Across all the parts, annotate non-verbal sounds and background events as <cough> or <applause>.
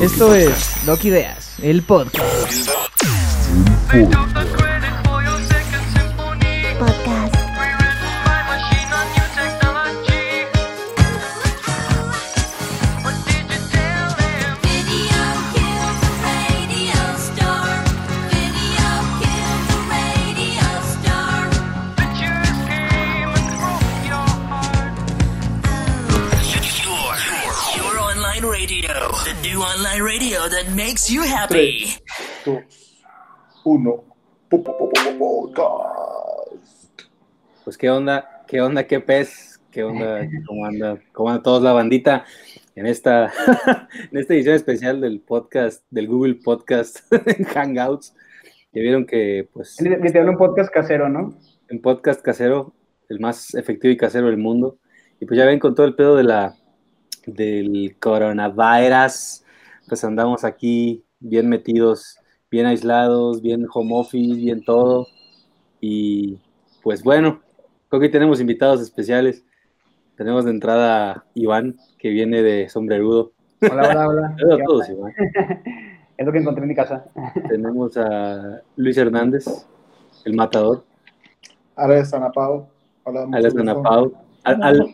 Esto es Doc Ideas, el podcast. Podcast. Video kills the radio star. Video kills the radio star. Your online radio. The new online radio that makes you happy. dos, uno, po- po- po- po- po- podcast. Pues qué onda, qué onda, qué pez, qué onda, cómo anda, cómo anda todos la bandita en esta, <laughs> en esta edición especial del podcast, del Google Podcast <laughs> Hangouts, que vieron que pues Que te habla un podcast casero, ¿no? un podcast casero, el más efectivo y casero del mundo, y pues ya ven con todo el pedo de la, del coronavirus, pues andamos aquí bien metidos, bien aislados, bien home office, bien todo, y pues bueno, creo que hoy tenemos invitados especiales. Tenemos de entrada a Iván, que viene de sombrerudo. Hola, <laughs> hola, hola. Saludos a todos, Iván. Es lo que encontré en mi casa. Tenemos a Luis Hernández, el matador, Ahora es Ana Pau. Hola, mucho a gusto. Ana Pau. Al, al-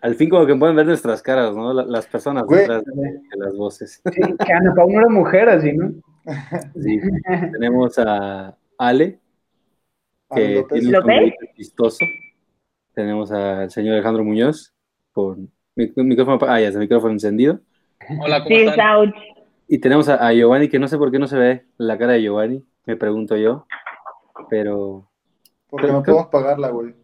al fin como que pueden ver nuestras caras, ¿no? La- Las personas Güey. detrás de, de las voces. <laughs> Sí, que Ana Paula era mujer, así, ¿no? Sí. Tenemos a Ale, que Amigotes. tiene un ¿Lo sombrerito chistoso. Tenemos al señor Alejandro Muñoz con mi- micrófono, ah, ya, es el micrófono encendido. Hola, ¿cómo Sí, están? Sauch. Y tenemos a, a Giovanni, que no sé por qué no se ve la cara de Giovanni, me pregunto yo. Pero Porque no podemos pagarla, güey. <laughs>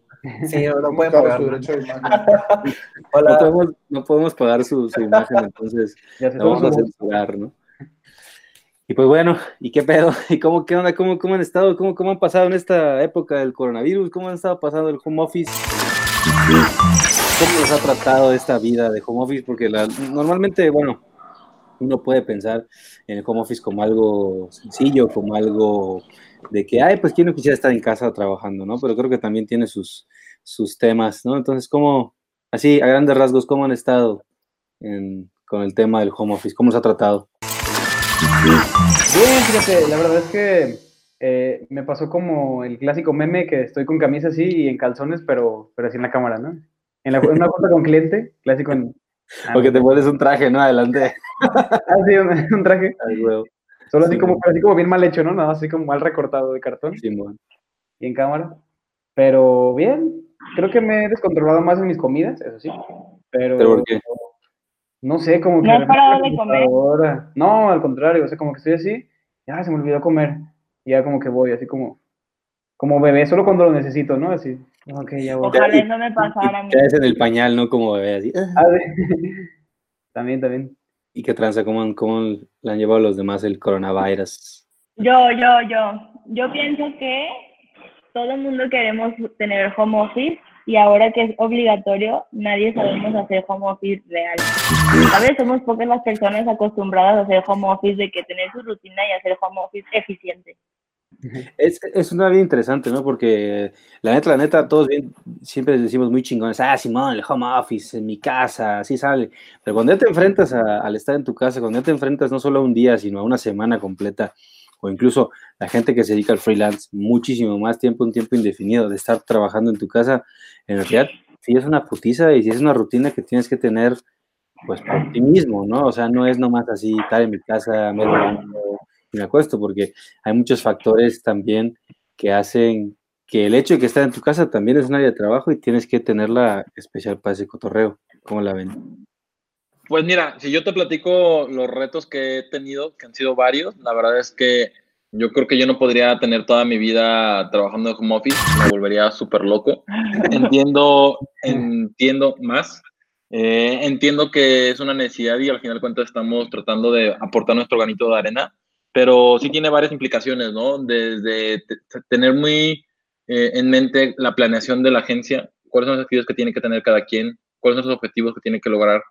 Sí, no, no pueden Cabo pagar. su derecho de imagen. no Hola, podemos, no podemos pagar su, su imagen, entonces Ya se la vamos a tomó. censurar, ¿no? Y pues bueno, ¿y qué pedo? ¿Y cómo, qué onda? ¿Cómo, cómo han estado? ¿Cómo, ¿Cómo han pasado en esta época del coronavirus? ¿Cómo han estado pasando el home office? ¿Cómo les ha tratado esta vida de home office? Porque la- normalmente, bueno, uno puede pensar en el home office como algo sencillo, como algo de que, ay, pues quién no quisiera estar en casa trabajando, ¿no? Pero creo que también tiene sus, sus temas, ¿no? Entonces, ¿cómo, así, a grandes rasgos, cómo han estado en- con el tema del home office? ¿Cómo se ha tratado? Bien, fíjate, la verdad es que eh, me pasó como el clásico meme que estoy con camisa así y en calzones, pero, pero así en la cámara, ¿no? En, la, en una cuenta con cliente, <laughs> clásico en... Ah, Porque te pones un traje, ¿no? Adelante. <laughs> ah, sí, un, un traje. Ay, huevo, Solo así Sí. como, pero así como bien mal hecho, ¿no? Nada, más así como mal recortado de cartón. Simón. y en cámara. Pero bien, creo que me he descontrolado más en mis comidas, eso sí. Pero, ¿Pero por qué? no sé, como que... ¿No has me parado meto a la de comer? computadora. No, al contrario, o sea, como que estoy así, ya se me olvidó comer. Y ya como que voy, así como... Como bebé, solo cuando lo necesito, ¿no? Así, ok, ya voy. Ojalá eso me pasara a mí. Te en el pañal, ¿no? Como bebé, así. "Ah". Ah, sí. <laughs> también, también. ¿Y qué tranza? ¿Cómo, han- ¿Cómo le han llevado a los demás el coronavirus? Yo, yo, yo. Yo pienso que todo el mundo queremos tener home office y ahora que es obligatorio, nadie sabemos hacer home office real. ¿Sabes? Somos pocas las personas acostumbradas a hacer home office, de que tener su rutina y hacer home office eficiente. Es, es una vida interesante, ¿no? Porque la neta, la neta, todos bien, siempre decimos muy chingones, ah, Simón, el home office, en mi casa, así sale. Pero cuando ya te enfrentas a- al estar en tu casa, cuando ya te enfrentas no solo a un día, sino a una semana completa, o incluso la gente que se dedica al freelance, muchísimo más tiempo, un tiempo indefinido de estar trabajando en tu casa, en realidad, sí es una putiza y sí es una rutina que tienes que tener, pues, por ti mismo, ¿no? O sea, no es nomás así, estar en mi casa, me levanto y me acuesto, porque hay muchos factores también que hacen que el hecho de que estar en tu casa también es un área de trabajo y tienes que tenerla especial para ese cotorreo. ¿Cómo la ven? Pues mira, si yo te platico los retos que he tenido, que han sido varios, la verdad es que yo creo que yo no podría tener toda mi vida trabajando en home office, me volvería súper loco. Entiendo, entiendo más. eh, entiendo que es una necesidad y al final de cuentas estamos tratando de aportar nuestro granito de arena, pero sí tiene varias implicaciones, ¿no? Desde te- te- tener muy eh, en mente la planeación de la agencia, cuáles son los objetivos que tiene que tener cada quien, cuáles son los objetivos que tiene que lograr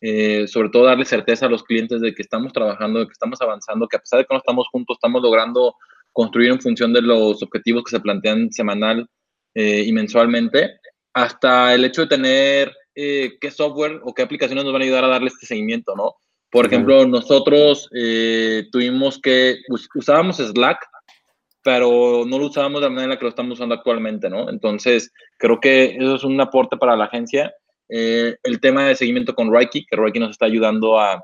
eh, sobre todo darle certeza a los clientes de que estamos trabajando, de que estamos avanzando, que a pesar de que no estamos juntos, estamos logrando construir en función de los objetivos que se plantean semanal eh, y mensualmente, hasta el hecho de tener eh, qué software o qué aplicaciones nos van a ayudar a darle este seguimiento, ¿no? Por ejemplo, nosotros eh, tuvimos que, us- usábamos Slack, pero no lo usábamos de la manera en la que lo estamos usando actualmente, ¿no? Entonces, creo que eso es un aporte para la agencia. Eh, el tema de seguimiento con Reiki, que Reiki nos está ayudando a,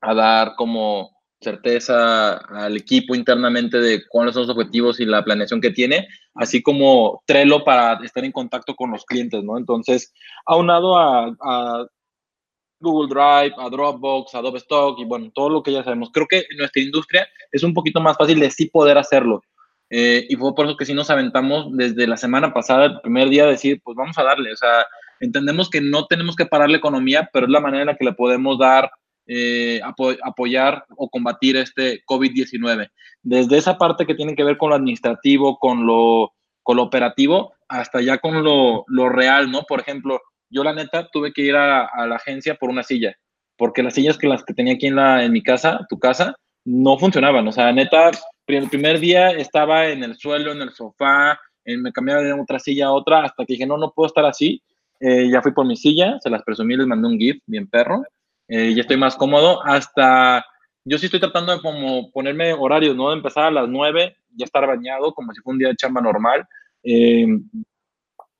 a dar como certeza al equipo internamente de cuáles son los objetivos y la planeación que tiene, así como Trello para estar en contacto con los clientes, ¿no? Entonces, aunado a- a Google Drive, a Dropbox, a Adobe Stock y bueno, todo lo que ya sabemos. Creo que en nuestra industria es un poquito más fácil de sí poder hacerlo. Eh, y fue por eso que sí nos aventamos desde la semana pasada, el primer día, a decir, pues vamos a darle. O sea, entendemos que no tenemos que parar la economía, pero es la manera en la que le podemos dar, eh, apo- apoyar o combatir este COVID-19. Desde esa parte que tiene que ver con lo administrativo, con lo, con lo operativo, hasta ya con lo, lo real, ¿no? Por ejemplo, yo la neta tuve que ir a, a la agencia por una silla, porque las sillas que las que tenía aquí en, la, en mi casa, tu casa, no funcionaban. O sea, neta, pri- el primer día estaba en el suelo, en el sofá, en- me cambiaba de otra silla a otra, hasta que dije, no, no puedo estar así. Eh, ya fui por mi silla, se las presumí, les mandé un GIF, bien perro. Eh, ya estoy más cómodo. Hasta yo sí estoy tratando de como ponerme horarios, ¿no? De empezar a las 9, ya estar bañado, como si fuera un día de chamba normal. Eh,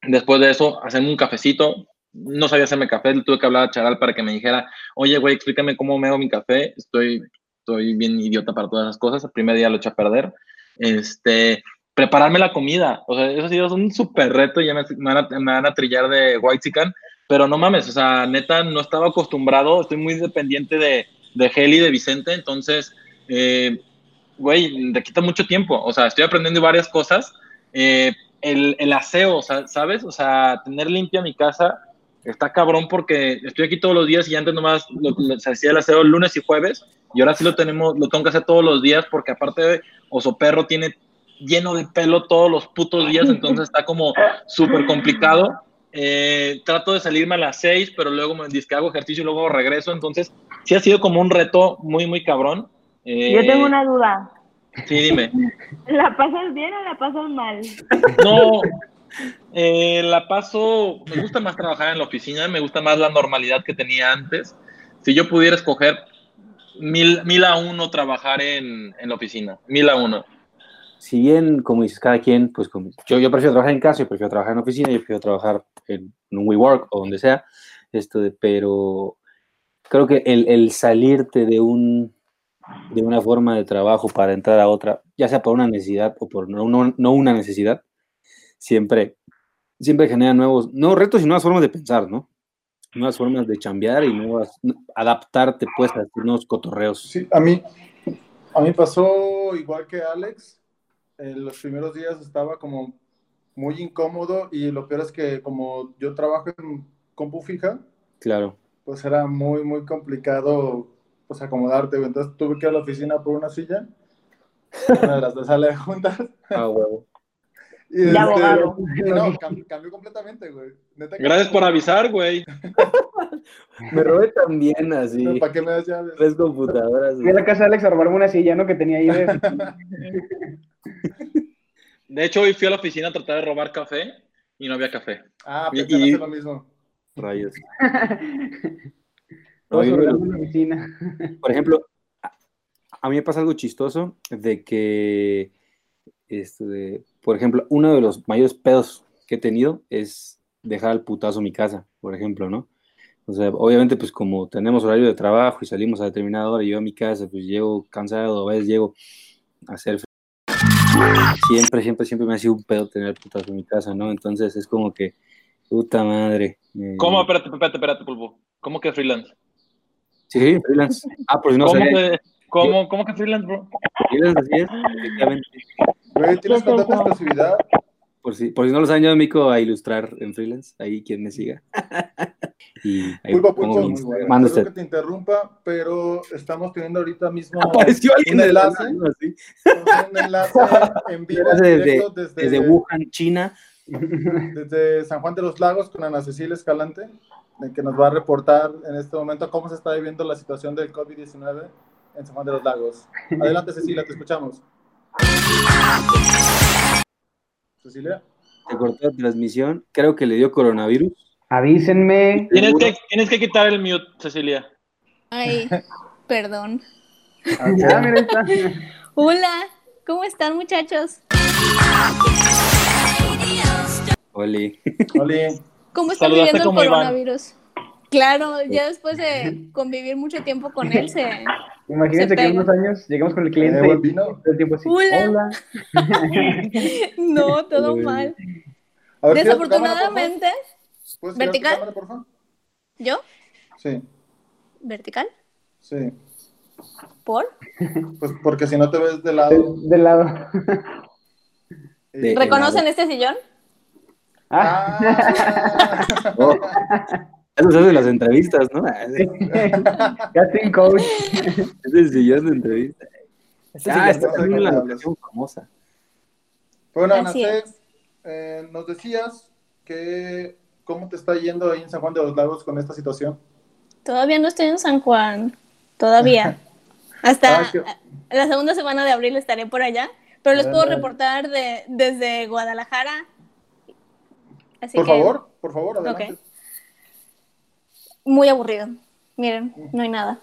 después de eso, hacerme un cafecito, no sabía hacerme café, le tuve que hablar a Charal para que me dijera, oye, güey, explícame cómo me hago mi café, estoy, estoy bien idiota para todas esas cosas, el primer día lo eché a perder, este, prepararme la comida, o sea, eso sí es un súper reto, ya me, me van a, me van a trillar de white chicken, pero no mames, o sea, neta, no estaba acostumbrado, estoy muy dependiente de, de Heli, de Vicente, entonces, eh, güey, te quita mucho tiempo, o sea, estoy aprendiendo varias cosas, eh, el, el aseo, o sea, ¿sabes? O sea, tener limpia mi casa, está cabrón porque estoy aquí todos los días y antes nomás lo- lo- se hacía el aseo lunes y jueves y ahora sí lo tenemos, lo tengo que hacer todos los días porque aparte de Oso Perro tiene lleno de pelo todos los putos días, entonces está como súper complicado. Eh, trato de salirme a las 6, pero luego me dice que hago ejercicio y luego regreso, entonces sí ha sido como un reto muy, muy cabrón. Eh, Yo tengo una duda. Sí, dime. ¿La pasas bien o la pasas mal? No, eh, la paso, me gusta más trabajar en la oficina, me gusta más la normalidad que tenía antes. Si yo pudiera escoger mil, mil a uno trabajar en, en la oficina, mil a uno. Si bien, como dices, cada quien, pues como- yo, yo prefiero trabajar en casa, yo prefiero trabajar en oficina, yo prefiero trabajar en, en un WeWork o donde sea, esto de- pero creo que el, el salirte de un de una forma de trabajo para entrar a otra, ya sea por una necesidad o por no, no, no una necesidad, siempre, siempre genera nuevos, nuevos retos y nuevas formas de pensar, ¿no? Nuevas formas de chambear y nuevas, adaptarte pues a nuevos cotorreos. Sí, a mí, a mí pasó igual que Alex. En los primeros días estaba como muy incómodo y lo peor es que como yo trabajo en compu fija, Claro. pues era muy, muy complicado pues acomodarte. güey. Entonces tuve que ir a la oficina por una silla, una de las dos salas juntas. Ah, huevo. Y este, De abogado. <laughs> No, cam- cambió completamente, güey. Neta que- Gracias por avisar, güey. Me robé también así. ¿Para qué me das llaves? Tres computadoras. Fui a la casa de Alex a robarme una silla, ¿no? Que tenía ahí. de- De hecho, hoy fui a la oficina a tratar de robar café y no había café. Ah, Y- pensé en y- hacer lo mismo. Rayos. Todos Oye, robarme una oficina. por ejemplo, a- a mí me pasa algo chistoso de que, este, de- por ejemplo, uno de los mayores pedos que he tenido es dejar al putazo mi casa, por ejemplo, ¿no? O sea, obviamente, pues como tenemos horario de trabajo y salimos a determinada hora y yo a mi casa, pues llego cansado, a veces llego a hacer... fr- Siempre, siempre, siempre me ha sido un pedo tener al putazo en mi casa, ¿no? Entonces es como que, puta madre. eh, ¿Cómo? Espérate, espérate, espérate, pulpo. ¿Cómo que freelance? Sí, sí, freelance. Ah, pues no ¿Cómo sabía. que, cómo, cómo que freelance, bro? Freelance, así es, efectivamente. Güey, ¿tienes tanta exclusividad? Por si, por si no los han yo Mico a ilustrar en freelance, ahí quien me siga. y ahí Pulpo, pongo pulpo, mi muy bueno. Instagram. Manda Perdón usted. que te interrumpa, pero estamos teniendo ahorita mismo Apareció alguien un de la enlace. un enlace en vivo en Desde- directo desde, desde Wuhan, China. desde San Juan de los Lagos con Ana Cecilia Escalante, de que nos va a reportar en este momento cómo se está viviendo la situación del COVID-19 en San Juan de los Lagos. Adelante, Cecilia, te escuchamos. Cecilia. Se cortó la transmisión. Creo que le dio coronavirus. Avísenme. Tienes que, tienes que quitar el mute, Cecilia. Ay, perdón. Ah, mira, ahí <laughs> está. Hola, ¿cómo están muchachos? Oli. Oli, ¿Cómo están Saludaste viviendo el como Iván. coronavirus? Claro, ya después de convivir mucho tiempo con <laughs> él, se... Imagínense Se que en pega. unos años llegamos con el cliente Eh, buen y vino. todo el tiempo así. Hola. Hola. no, todo mal. a ver, gira tu Desafortunadamente, cámara, por favor. ¿Puedes girar tu vertical. cámara, por favor? yo, Sí, vertical, sí. por... Pues porque si no te ves de De- lado. eh, Del lado. <laughs> De- ¿Reconocen este sillón? Ah, Ah, <laughs> Oh. Eso se hace en las entrevistas, ¿no? casting coach. Es el sillón de entrevista. Este ah, sillón. está también la no, no, locación famosa. bueno, Ana, Así es. Cés, eh, nos decías que cómo te está yendo ahí en San Juan de los Lagos con esta situación. Todavía no estoy en San Juan, <laughs> todavía. Hasta Ah, es que- la segunda semana de abril estaré por allá, pero les puedo Ah. reportar de- desde Guadalajara. Así por que, favor, por favor, adelante. Ok. Muy aburrido. Miren, no hay nada.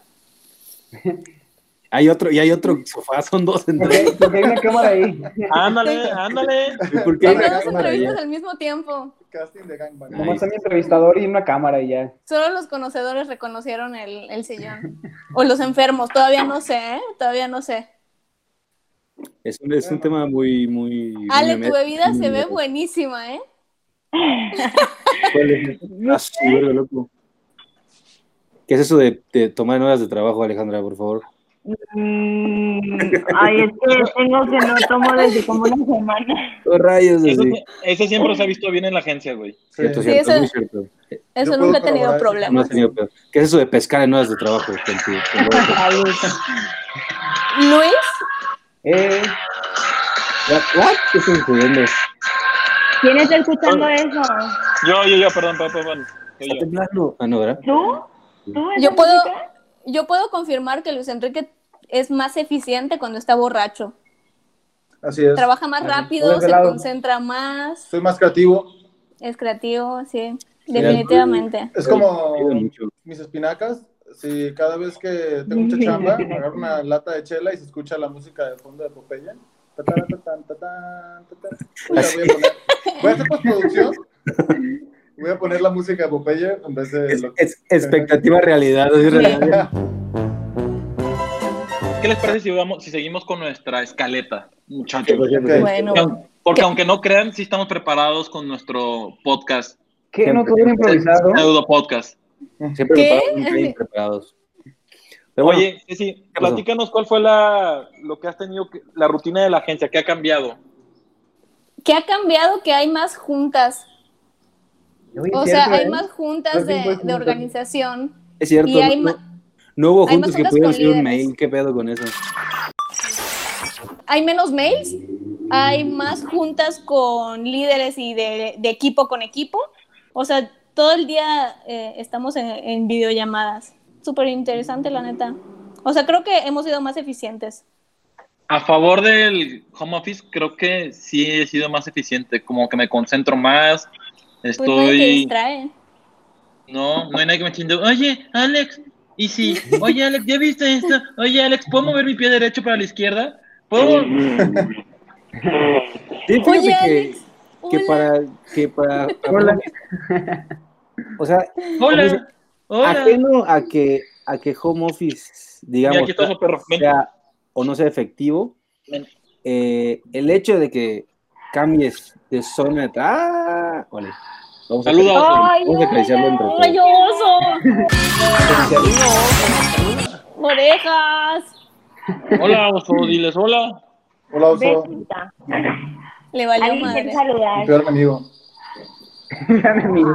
Hay otro, y hay otro sofá, son dos entrevistas. Porque hay una cámara <laughs> ahí. Ándale, ándale. ¿Por qué? Tengo Dale, dos dale, entrevistas al mismo tiempo. Casting de Gangbang. Nice. Nomás está mi entrevistador y una cámara y ya. Solo los conocedores reconocieron el, el sillón. O los enfermos, todavía no sé, ¿eh? todavía no sé. Es un, es un tema muy, muy. muy Ale, tu meta- bebida muy se ve meta. buenísima, ¿eh? ¿Cuál es? Ah, su verga, loco. ¿Qué es eso de, de tomar en horas de trabajo, Alejandra, por favor? Mm, ay, es que tengo que no tomo desde como una semana. Los rayos, Eso, sí. ese siempre se ha visto bien en la agencia, güey. Cierto, Sí, cierto, eso- muy cierto. Eso Yo puedo nunca he tenido corroborar eso. No problema. has tenido peor. ¿Qué es eso de pescar en horas de trabajo? con tu- <laughs> con tu- Ah, Luis, Eh, What? What? ¿Qué estás jugando? ¿Quién está escuchando eso? Yo, yo, yo, perdón, perdón, perdón. Soy Está yo. temblando. Ah, no, ¿verdad? ¿Tú? ¿Tú? esa yo puedo, música? yo puedo confirmar que Luis Enrique es más eficiente cuando está borracho. Así es. Trabaja más Por rápido, ese se lado. concentra más, Soy más creativo. es creativo, sí, el- definitivamente. Es Sí, como Ayuda mucho. mis espinacas. Si cada vez que tengo mucha chamba, agarro una lata de chela y se escucha la música de fondo de Popeye. Tatán, tatán, tatán, tatán. Oiga, voy, a poner, voy a hacer postproducción. Voy a poner la música de Popeye en vez de Es, lo que. es expectativa realidad. es realidad. ¿Qué les parece si, vamos, si seguimos con nuestra escaleta, muchachos? Bueno, Porque aun- Porque ¿Qué? aunque no crean, sí estamos preparados con nuestro podcast, ¿Qué? ¿No todo era improvisado? pseudo podcast. Siempre ¿Qué? preparados, nunca <laughs> bien preparados. Pero bueno, Oye, sí, ¿Qué pasó? platícanos cuál fue la, lo que has tenido, que- la rutina de la agencia, ¿qué ha cambiado? ¿qué ha cambiado? Que hay más juntas, Oye, o cierto, sea, hay ¿eh? más Más juntas bien, pues, de, de juntas. organización. es cierto, y hay no, ma- no hubo hay juntos más que juntas pudieran con hacer un líderes. mail. ¿Qué pedo con eso? Hay menos mails, hay más juntas con líderes y de, de equipo con equipo. O sea, todo el día eh, estamos en, en videollamadas. Súper interesante, la neta. O sea, creo que hemos sido más eficientes. A favor del home office, creo que sí he sido más eficiente, como que me concentro más, Pues nadie te estoy... distrae. No, no hay nadie que me chinde. Oye, Alex, y si, oye, Alex, ¿ya viste esto? Oye, Alex, ¿puedo mover mi pie derecho para la izquierda? ¿Puedo? Sí, fíjate Oye, que, Alex, que hola. para. Que para, <laughs> Hola. O sea, Hola, hola. ajeno a que, a que home office, Mira, digamos, aquí está su perro. Ven. sea o no sea efectivo, Ven. eh, el hecho de que cambies de zona de trabajo. Vamos a, Saluda, oso. Ay, vamos a acariciarlo entre todos. ¡Ay, <laughs> oso! ¡Orejas! Hola, oso, diles hola. <laughs> Hola, Oso. Besita. Le valió Alguien quiere madre. Mi saludar. peor enemigo. Gran amigo.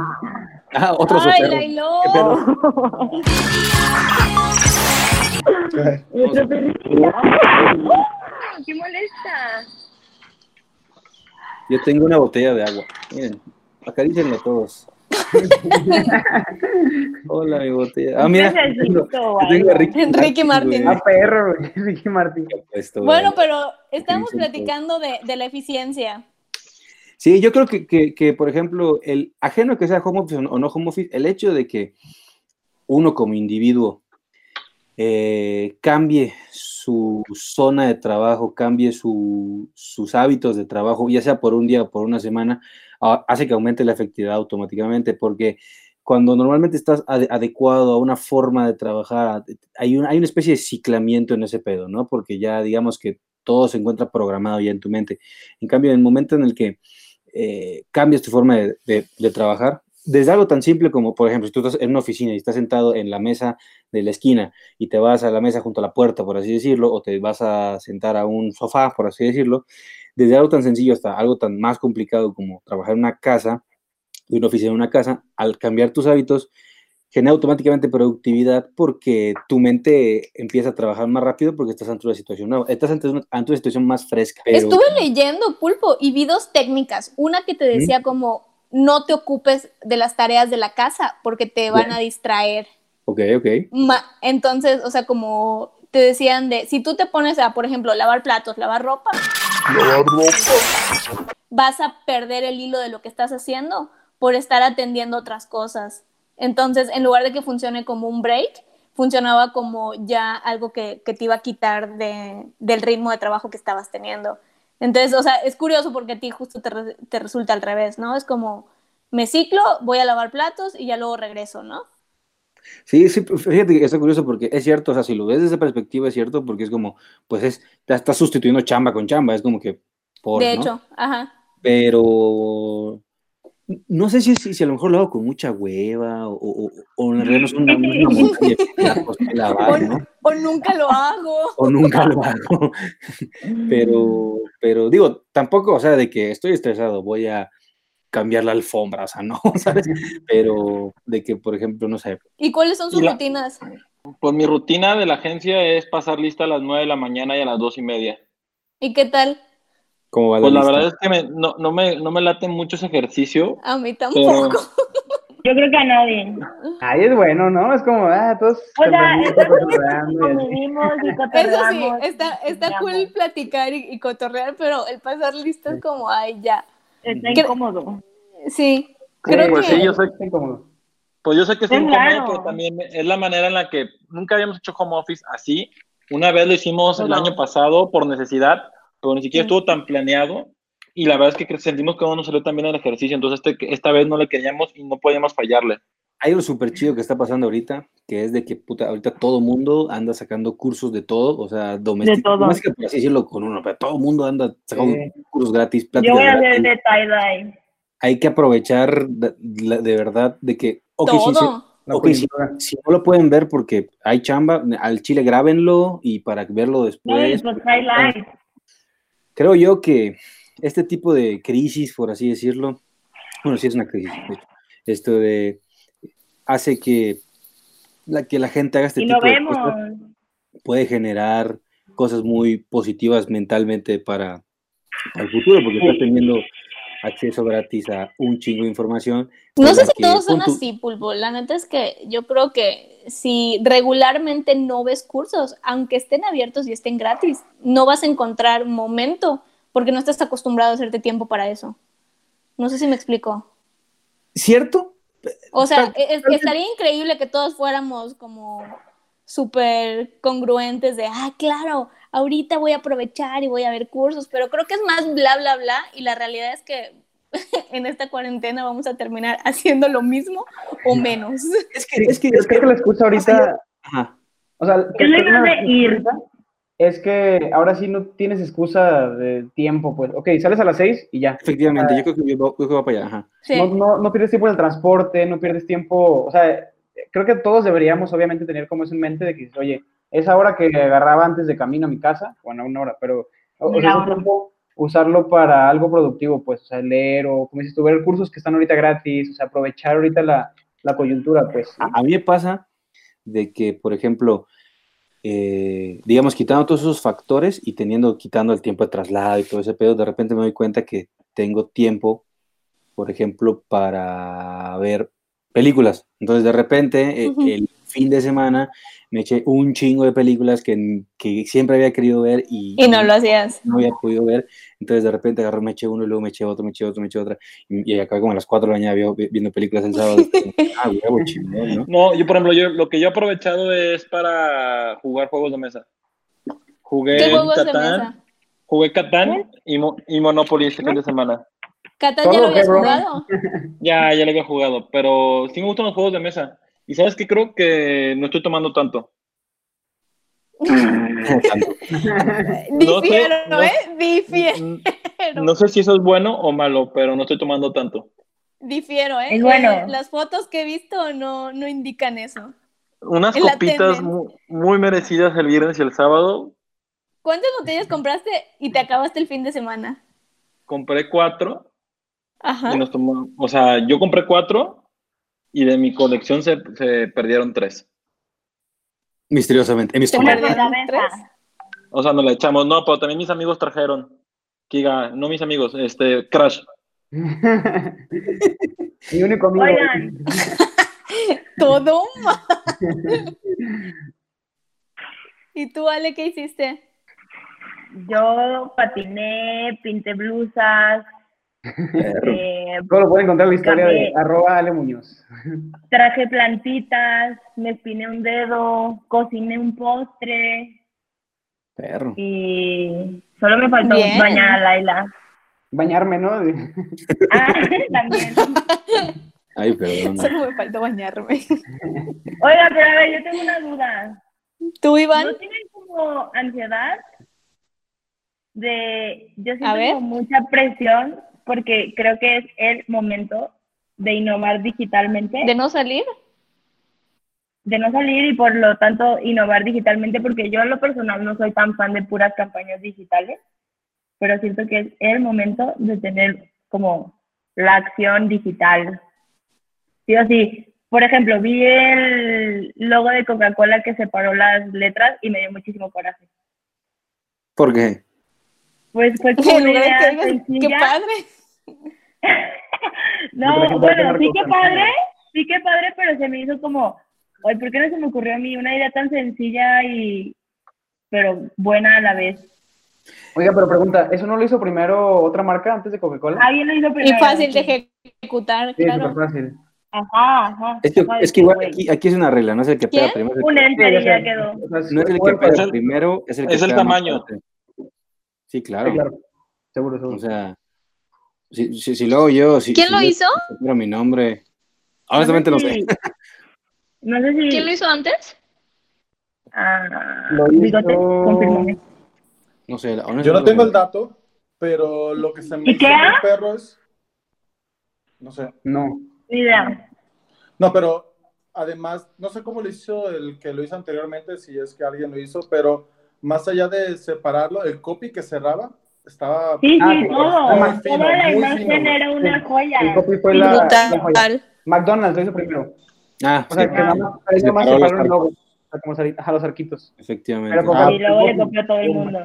Ah, otro ¡Ay, soperro. Lailo! Qué perro. Nuestro perrito. ¡Qué molesta! Yo tengo una botella de agua. Miren, acarícenlo <laughs> todos. Hola, mi botella. Ah, mira. Gracias, Tengo, Rico, tengo a guay. Ricky Enrique Martin. güey. Ah, perro, güey. <laughs> Ricky Martin. Puesto, güey. Bueno, pero estamos Acarician todos. platicando de, de la eficiencia. Sí, yo creo que, que- que, por ejemplo, el ajeno que sea home office o no home office, el hecho de que uno como individuo eh, cambie su zona de trabajo, cambie su- sus hábitos de trabajo, ya sea por un día o por una semana, a- hace que aumente la efectividad automáticamente, porque cuando normalmente estás ade- adecuado a una forma de trabajar, eh, hay una, hay una especie de ciclamiento en ese pedo, ¿no? Porque ya digamos que todo se encuentra programado ya en tu mente. En cambio, en el momento en el que eh, cambias tu forma de, de- de trabajar, desde algo tan simple como, por ejemplo, si tú estás en una oficina y estás sentado en la mesa de la esquina y te vas a la mesa junto a la puerta, por así decirlo, o te vas a sentar a un sofá, por así decirlo, desde algo tan sencillo hasta algo tan más complicado como trabajar en una casa, de una oficina en una casa, al cambiar tus hábitos, genera automáticamente productividad porque tu mente empieza a trabajar más rápido porque estás ante una situación nueva, estás ante una, ante una situación más fresca. pero- Estuve leyendo, Pulpo, y vi dos técnicas. Una que te decía como no te ocupes de las tareas de la casa porque te van a distraer. Ok, ok. Ma- Entonces, o sea, como te decían de, si tú te pones a, por ejemplo, lavar platos, lavar ropa, vas a perder el hilo de lo que estás haciendo por estar atendiendo otras cosas. Entonces, en lugar de que funcione como un break, funcionaba como ya algo que, que te iba a quitar de- del ritmo de trabajo que estabas teniendo. Entonces, o sea, es curioso porque a ti justo te, re- te resulta al revés, ¿no? Es como, me ciclo, voy a lavar platos y ya luego regreso, ¿no? Sí, sí, pero fíjate que está curioso porque es cierto, o sea, si lo ves desde esa perspectiva es cierto porque es como, pues es, ya estás sustituyendo chamba con chamba, es como que por, de ¿no? hecho, ajá. Pero no sé si, si, si a lo mejor lo hago con mucha hueva o, o, o en realidad no es una, no es una montaña de platos que <laughs> lavar, ¿no? O nunca lo hago. o nunca lo hago. <laughs> Pero, pero digo, tampoco, o sea, de que estoy estresado, voy a cambiar la alfombra, o sea, no, <laughs> ¿sabes? Pero de que, por ejemplo, no sé, ¿Y cuáles son sus Y la- rutinas? Pues mi rutina de la agencia es pasar lista a las 9 de la mañana y a las 2 y media. ¿Y qué tal? cómo va Pues la lista? verdad es que me- no, no me, no me late mucho ese ejercicio, A mí pero tampoco. Yo creo que a nadie. Ay, es bueno, ¿no? Es como, ah, todos O sea, tempranitos, está todos este temprano, y así. Convivimos y Eso sí, cotorreamos. está, está Digamos, cool platicar y, y cotorrear, pero el pasar lista es como, ay, ya. Está Creo- incómodo. Sí, creo pues que... sí, yo sé, Está incómodo. pues yo sé que es Es un cómodo, raro. pero también es la manera en la que nunca habíamos hecho home office así. Una vez lo hicimos el No. año pasado por necesidad, pero ni siquiera Mm. estuvo tan planeado. Y la verdad es que sentimos que no nos salió tan bien el ejercicio, entonces este- esta vez no le queríamos y no podíamos fallarle. Hay algo súper chido que está pasando ahorita, que es de que puta, ahorita todo mundo anda sacando cursos de todo, o sea, doméstica, todo. doméstica, por así decirlo, con uno, pero todo mundo anda sacando Sí. cursos gratis, Yo pláticas voy a gratis. hacer de tie-dye. Hay que aprovechar de, la- de verdad de que, ok, sí, sí, Todo. La Ok, coyuntura. si no lo pueden ver porque hay chamba, al chile grábenlo y para verlo No, después. pues tie-dye. Creo yo que este tipo de crisis, por así decirlo, bueno, sí es una crisis, de hecho, esto de hace que la, que la gente haga este Y tipo lo de vemos. cosas, puede generar cosas muy positivas mentalmente para, para el futuro, porque estás teniendo acceso gratis a un chingo de información. No con sé la si que todos son pon tú- así, Pulpo. La neta es que yo creo que si regularmente no ves cursos, aunque estén abiertos y estén gratis, no vas a encontrar momento porque no estás acostumbrado a hacerte tiempo para eso. No sé si me explico. ¿Cierto? O sea, Tal- e-, es- estaría increíble que todos fuéramos como súper congruentes de, ah, claro, ahorita voy a aprovechar y voy a ver cursos, pero creo que es más bla, bla, bla, y la realidad es que <laughs> en esta cuarentena vamos a terminar <laughs> haciendo lo mismo o menos. Es que, es que, Yo creo que la excusa ahorita, ajá. o sea, Yo le iba a la decir. excusa Es que ahora sí no tienes excusa de tiempo, pues. Ok, sales a las seis y ya. Efectivamente, yo creo que yo, va- yo creo que va para allá. ajá. <laughs> Sí. No, no, no pierdes tiempo en el transporte, no pierdes tiempo, o sea, creo que todos deberíamos obviamente tener como eso en mente de que, oye, esa hora que agarraba antes de camino a mi casa, bueno, una hora, pero o- o sea, Una ese hora. tiempo, usarlo para algo productivo, pues, o sea, leer o, como dices tú, ver cursos que están ahorita gratis, o sea, aprovechar ahorita la, la coyuntura, pues. <laughs> A, a mí me pasa de que, por ejemplo, eh, digamos, quitando todos esos factores y teniendo, quitando el tiempo de traslado y todo ese pedo, de repente me doy cuenta que tengo tiempo, por ejemplo, para ver películas. Entonces, de repente, eh, Ujú. el fin de semana me eché un chingo de películas que, que siempre había querido ver y, Y no lo hacías. no había podido ver. Entonces de repente agarré, me eché uno y luego me eché otro, me eché otro, me eché otra. Y, y acabé como a las 4 de la mañana vio- vi- viendo películas el <laughs> sábado. ah, huevo, chingón, ¿no? No, yo por ejemplo, yo, lo que yo he aprovechado es para jugar juegos de mesa. Jugué ¿Qué juegos de Eh, Catán, mesa? jugué Catán y, Mo- y Monopoly este fin de semana. ¿Catán ya Todo lo habías quebró. jugado? Ya, ya le había jugado, pero sí me gustan los juegos de mesa. Y sabes que creo que no estoy tomando tanto. No sé, Difiero, no- ¿eh? Difiero. No sé si eso es bueno o malo, pero no estoy tomando tanto. Difiero, ¿eh? Es bueno. Las fotos que he visto no, no indican eso. Unas Es la copitas mu- muy, merecidas el viernes y el sábado. ¿Cuántas botellas compraste y te acabaste el fin de semana? Compré cuatro Ajá. y nos tomamos. O sea, yo compré cuatro y de mi colección se, se perdieron tres. Misteriosamente. en mis ¿Te Una comandos. perdieron sola tres? mesa. O sea, nos la echamos. No, pero también mis amigos trajeron. Que diga, no mis amigos, este, Crash. Mi único amigo. Oigan. Todo mal. ¿Y tú, Ale, qué hiciste? Yo patiné, pinté blusas, eh, Todo lo pueden encontrar en la historia de Cambié. arroba arroba Ale Muñoz. traje plantitas, me espiné un dedo, cociné un postre Perro. y solo me faltó Bien. bañar a Laila. <laughs> Bañarme, ¿no? Ah, <laughs> también. Ay, perdón. Solo me faltó bañarme. <laughs> Oiga, pero a ver, yo tengo una duda. ¿Tú, Iván? ¿No tienen como ansiedad? De, yo A siento ver. como mucha presión porque creo que es el momento de innovar digitalmente, ¿De de, no salir? no salir y por lo tanto innovar digitalmente porque yo en lo personal no soy tan fan de puras campañas digitales, pero siento que es el momento de tener como la acción digital. Sí o sí. Por ejemplo, vi el logo de Coca-Cola que separó las letras y me dio muchísimo coraje. ¿Por qué? Pues fue <laughs> como <laughs> En una lugar de idea pues, que digas, ¡Qué sencilla. padre! Me No, parece bueno, un sí que barco padre, tan- sí que padre, pero se me hizo como, ay, ¿por qué no se me ocurrió a mí una idea tan sencilla y, pero buena a la vez? Oiga, pero pregunta, ¿eso no lo hizo primero otra marca antes de Coca-Cola? Alguien lo hizo Y primero. fácil de ejecutar, Sí, claro. súper pues, fácil. Ajá, ajá. Es que, Ajá, es que igual güey. aquí, aquí es una regla, no es el que pega primero. es el que- Un enter y ya sé. quedó. O sea, no es el que bueno, pega Es el- primero, es el que es el pega más tamaño. fuerte. Sí, sí, claro. claro. Seguro, seguro. O sea, si, si, si lo hago yo. Si, ¿Quién si lo yo hizo? supero mi nombre. Honestamente no no sé. No sé si. ¿Quién lo hizo antes? Ah, Lo bigote, hizo- confírmame. No sé. Yo no honestamente tengo sé. el dato, pero lo que se me ¿Ikea? hizo muy perro es. No sé. No. Ni idea. No, pero además, no sé cómo lo hizo el que lo hizo anteriormente, si es que alguien lo hizo, pero más allá de separarlo, el copy que cerraba estaba. Sí, sí, Ah, sí, todo. muy fino, Toda la muy imagen fino. era una El- joya. El copy fue la, la joya. Brutal. McDonald's lo hizo primero. Ah, O sea, sí, que nada más, para Sí, ellos más pero los separaron el logo. O sea, como sal- ajá, los arquitos. efectivamente. Pero Ah, Coca-Cola- Y luego le copió a todo el mundo.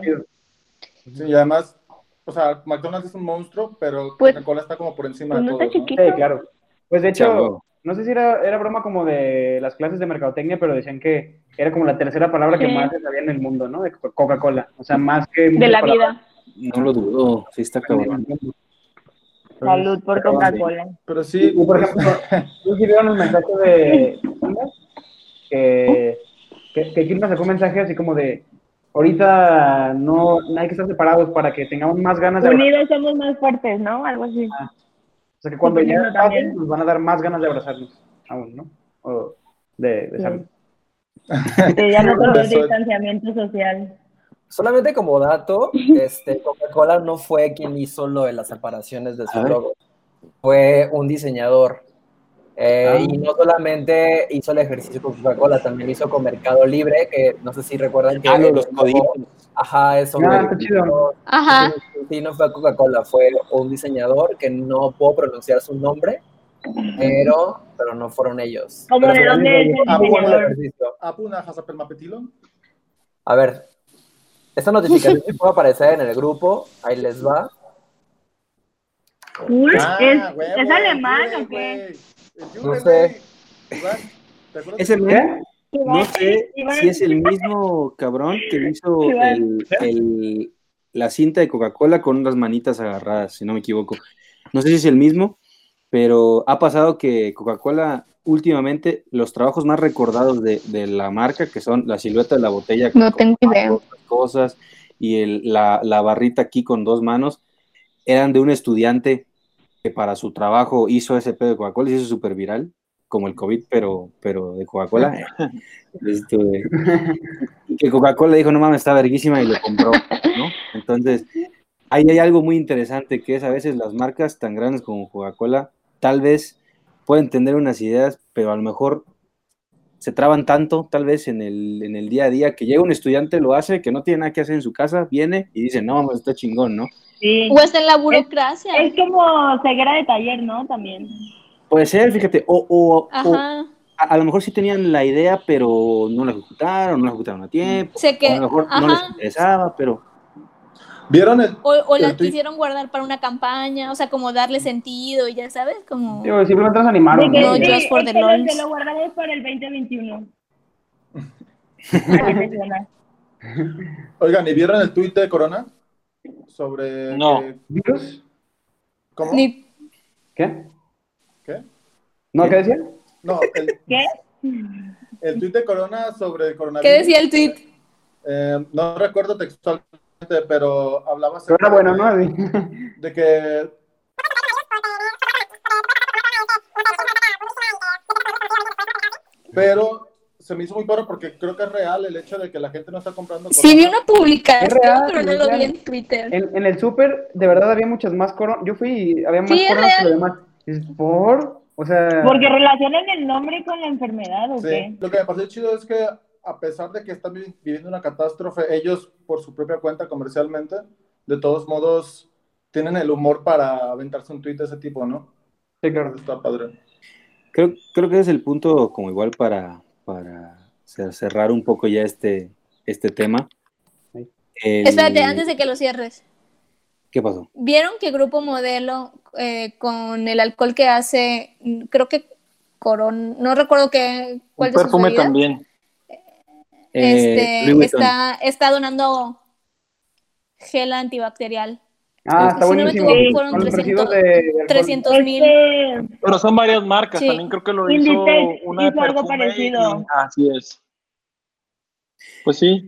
Sí, y además, o sea, McDonald's es un monstruo, pero Pues- Coca-Cola está como por encima de Pues no está todo. ¿no? chiquito. Sí, claro. Pues de hecho, Chavo. no sé si era, era broma como de las clases de mercadotecnia, pero decían que era como la tercera palabra que Sí. más se sabía en el mundo, ¿no? De Co- Coca-Cola. O sea, más que. De muchas la palabras vida. no lo dudo. Sí, está que cabrón. en el mundo. Salud por Pero, Coca-Cola. Pero Sí, sí, y por pues, <laughs> ejemplo, ¿tú sí vieron el mensaje de que, que, que Kirma sacó un mensaje así como de ahorita no, hay que estar separados para que tengamos más ganas de abrazar. Unidos somos más fuertes, ¿no? Algo así. O sea, que cuando Unidos ya pasen, también. nos van a dar más ganas de abrazarnos aún, ¿no? O de besarnos. Que ya no Corazón. conoce el distanciamiento social. Solamente como dato, este, Coca-Cola no fue quien hizo lo de las separaciones de su Ah. logo. Fue un diseñador. Eh, Ah. Y no solamente hizo el ejercicio con Coca-Cola, también hizo con Mercado Libre, que no sé si recuerdan que... Ah, lo- los coditos. Ajá, eso. Ah, está chido. Ajá. Sí, no fue Coca-Cola, fue un diseñador que no puedo pronunciar su nombre, pero, pero no fueron ellos. ¿Cómo Pero de fue dónde es el Ah, muy bueno el diseñador? ejercicio. Apuna Hasapelmapetilo. A ver, esta notificación <laughs> sí puede aparecer en el grupo, ahí les va. Cool. Ah, ¿Es, huevo, ¿es alemán Yure, o qué? güey. El No Yure, sé. güey. Iván, ¿te acuerdas? Ese men, ¿Qué? No sé si es el mismo cabrón que hizo el- el- la cinta de Coca-Cola con unas manitas agarradas, si no me equivoco. No sé si es el mismo, pero ha pasado que Coca-Cola últimamente los trabajos más recordados de, de la marca, que son la silueta de la botella No tengo idea. cosas y el- la, la barrita aquí con dos manos eran de un estudiante que para su trabajo hizo ese pedo de Coca-Cola y se hizo súper viral, como el COVID, pero, pero de Coca-Cola. Este, y que Coca-Cola dijo, no mames, está verguísima y lo compró, ¿no? Entonces, ahí hay algo muy interesante que es a veces las marcas tan grandes como Coca-Cola tal vez pueden tener unas ideas, pero a lo mejor se traban tanto, tal vez en el, en el día a día, que llega un estudiante, lo hace, que no tiene nada que hacer en su casa, viene y dice, no, mames, está chingón, ¿no? Sí. O está en la burocracia. Es como ceguera de taller, ¿no? También. Puede ser, fíjate, o, o- o a, Ajá. a lo mejor sí tenían la idea, pero no la ejecutaron, no la ejecutaron a tiempo, Sé o que, a lo mejor no les ajá. interesaba, pero ¿Vieron el, O, o la El tuit. quisieron guardar para una campaña, o sea, como darle sentido y ya sabes, como... Digo, simplemente los animaron. De que ¿no? No, sí, yo- just for the este lo- lols. te lo guardaré para el <laughs> 2021. Para que te suena. oigan, ¿y vieron el tuit de Corona? Sobre. No. que- ¿Virus? ¿Cómo? Ni- ¿Qué? ¿Qué? ¿No? ¿Qué decía? No, el, ¿Qué? el tuit de Corona sobre el coronavirus. ¿Qué decía el tweet? Eh, no recuerdo textualmente, pero hablaba Pero acerca era bueno, ¿no? de- Así. <laughs> de que pero se me hizo muy paro porque creo que es real el hecho de que la gente no está comprando Sí, vi corona. una publicación, Es real, Eh, pero no es lo real. vi en Twitter. En, en el súper, de verdad, había muchas más coronas. Yo fui y había más Sí, es coronas que lo real. demás. Es por... O sea... Porque relacionan el nombre con la enfermedad, ¿o qué? Sí. Lo que me pareció chido es que a pesar de que están vi- viviendo una catástrofe, ellos por su propia cuenta comercialmente, de todos modos tienen el humor para aventarse un tweet de ese tipo, ¿no? Sí, claro. Está padre. creo, creo que ese es el punto como igual para, para cer- cerrar un poco ya este, este tema. El- Espérate, antes de que lo cierres. ¿Qué pasó? ¿Vieron que Grupo Modelo eh, con el alcohol que hace, mm, creo que Corona, no recuerdo qué, cuál Un de sus perfume bebidas, también. Eh, este, Louis Vuitton. está, está donando gel antibacterial. Ah, Si está no me buenísimo. equivoco, fueron Con los 300, residuos de- de alcohol. 300 mil. Este, Pero son varias marcas, Sí. también creo que lo Inditex hizo una de hizo algo perfume parecido. y- así es. Pues sí.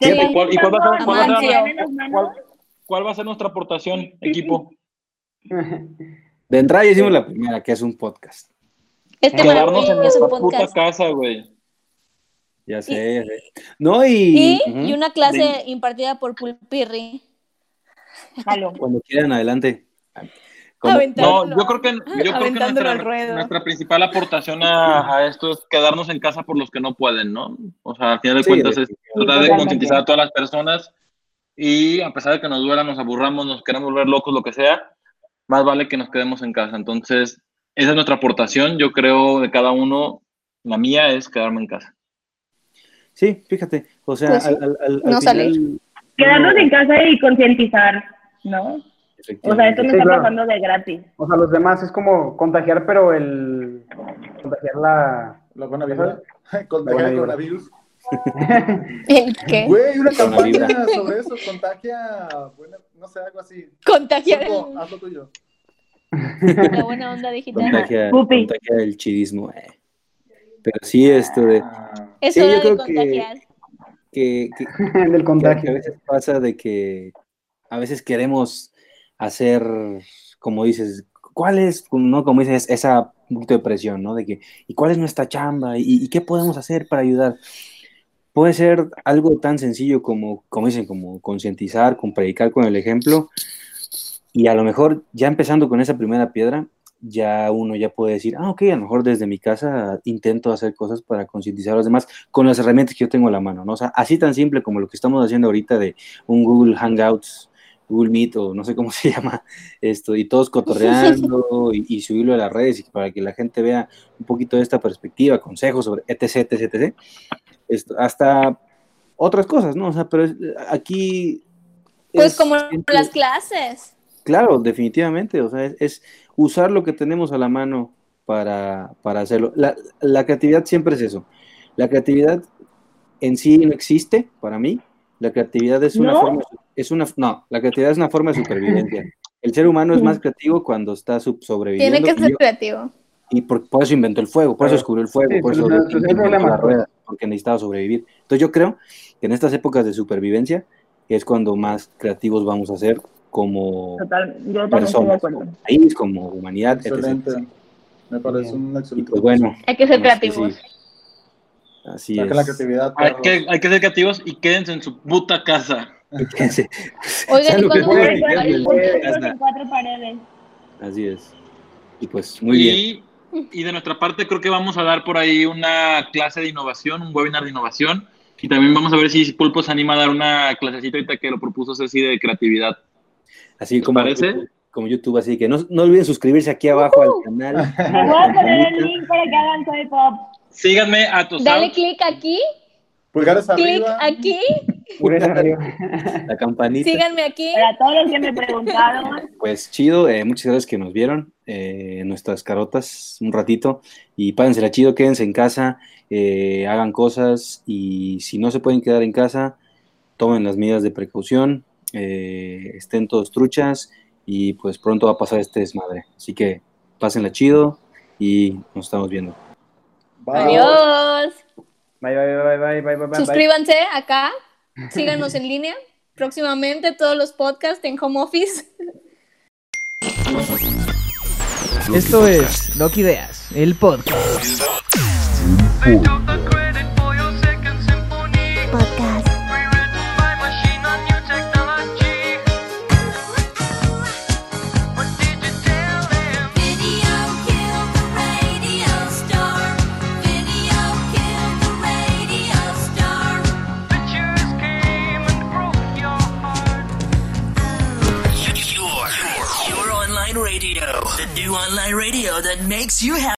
Sí, Fíjate, ¿cuál, ¿Y cuál va, a ser, cuál va a ser la- Amante. cuál- cuál va a ser nuestra aportación, equipo? De entrada ya hicimos la primera, que es un podcast. Este Quedarnos en maravilloso nuestra puta podcast. casa, güey. Ya sé, ya sé. No, y, Y, ujú, y una clase impartida por Pulpirri. jalo. cuando quieran, adelante. Como- Aventar. No, Dándolo. yo creo que, yo creo que Aventándolo nuestra, al ruedo. nuestra principal aportación a, a esto es quedarnos en casa por los que no pueden, ¿no? O sea, al final de Sí, cuentas es definitivamente. tratar de Totalmente. concientizar a todas las personas y a pesar de que nos duela, nos aburramos, nos queramos volver locos, lo que sea, más vale que nos quedemos en casa. Entonces, esa es nuestra aportación, yo creo, de cada uno. La mía es quedarme en casa. sí, fíjate. O sea, Pues sí, al, al- al- al no final, salir. Quedarnos en casa y concientizar, ¿no? O sea, efectivamente. esto no Sí, está claro. pasando de gratis. <laughs> O sea, los demás es como contagiar, pero el... Contagiar la... <laughs> La buena vibra. La <laughs> buena Contagia el vibra. coronavirus. <laughs> ¿El qué? Güey, una Buena campaña vibra. <laughs> sobre eso. Contagia, buena- no sé, algo así. Contagiar Turco, el- haz lo tuyo. la buena onda digital. Contagia, Pupi. contagia el chidismo. eh. Pero sí, esto de Es Sí, yo hora de creo que- contagiar. que, que- del que a contagio. veces pasa de que a veces queremos hacer, como dices, ¿cuál es, no? Como dices, esa punto de presión, ¿no? De que, ¿y cuál es nuestra chamba? ¿Y, y qué podemos hacer para ayudar? Puede ser algo tan sencillo como, como dicen, como concientizar, con predicar con el ejemplo. Y a lo mejor, ya empezando con esa primera piedra, ya uno ya puede decir, ah, ok, a lo mejor desde mi casa intento hacer cosas para concientizar a los demás con las herramientas que yo tengo a la mano, ¿no? O sea, así tan simple como lo que estamos haciendo ahorita de un Google Hangouts, Google Meet o no sé cómo <laughs> se llama esto, y todos cotorreando y, y subirlo a las redes y para que la gente vea un poquito de esta perspectiva, consejos sobre etc, etc, etc. Esto, hasta otras cosas, ¿no? O sea, pero es- aquí... Pues es como gente- las clases. Claro, definitivamente. O sea, es, es usar lo que tenemos a la mano para, para hacerlo. La, la creatividad siempre es eso. La creatividad en sí no existe para mí. La creatividad es una ¿No? forma, es una, no, la creatividad es una forma de supervivencia. El ser humano es más creativo cuando está sub- sobreviviendo. Mm. Tiene que y ser yo- creativo. y por, por eso inventó el fuego, por eso descubrió el fuego, Sí, por pues, eso no, pues, no hay inventó problema. la rueda, porque necesitaba sobrevivir. Entonces yo creo que en estas épocas de supervivencia es cuando más creativos vamos a ser como Total, yo también estoy de personas, acuerdo. como país, como humanidad, etc. Excelente. Me parece un Y excelente. pues bueno. Hay que no ser sé creativos. si- Así Saquen <laughs> la es. creatividad. Hay perros. que, hay que ser creativos y quédense en su puta casa. Oigan, ¿Saben ¿y pues, lo que cuándo fue? vamos Recuerden, a jugar el Muy bien. nosotros en cuatro paredes. Así es. Y pues muy bien. y, y de nuestra parte creo que vamos a dar por ahí una clase de innovación, un webinar de innovación. Y también vamos a ver si Pulpo se anima a dar una clasecita ahorita que lo propuso Ceci de creatividad. Así ¿Te como parece? YouTube, como YouTube, así que no, no olviden suscribirse aquí abajo Uh-huh. al canal. Me voy a poner el link para que hagan soy pop. Síganme a tu Dale clic aquí, Pulgares clic arriba. aquí, Pureza arriba. La campanita. síganme aquí. Para todos los que me preguntaron. Pues chido, eh, muchas gracias que nos vieron eh, en nuestras carotas un ratito y pásensela chido, quédense en casa, eh, hagan cosas y si no se pueden quedar en casa, tomen las medidas de precaución, eh, estén todos truchas y pues pronto va a pasar este desmadre. Así que pásenla chido y nos estamos viendo. Bye. Adiós. Bye, bye, bye, bye, bye, bye, bye, bye. Suscríbanse acá, <laughs> síganos en línea. Próximamente todos los podcasts en home office. Esto es Doc Ideas, el podcast. Video killed the radio star. Video killed the radio star. Your, your, your online radio. The new online radio that makes you happy.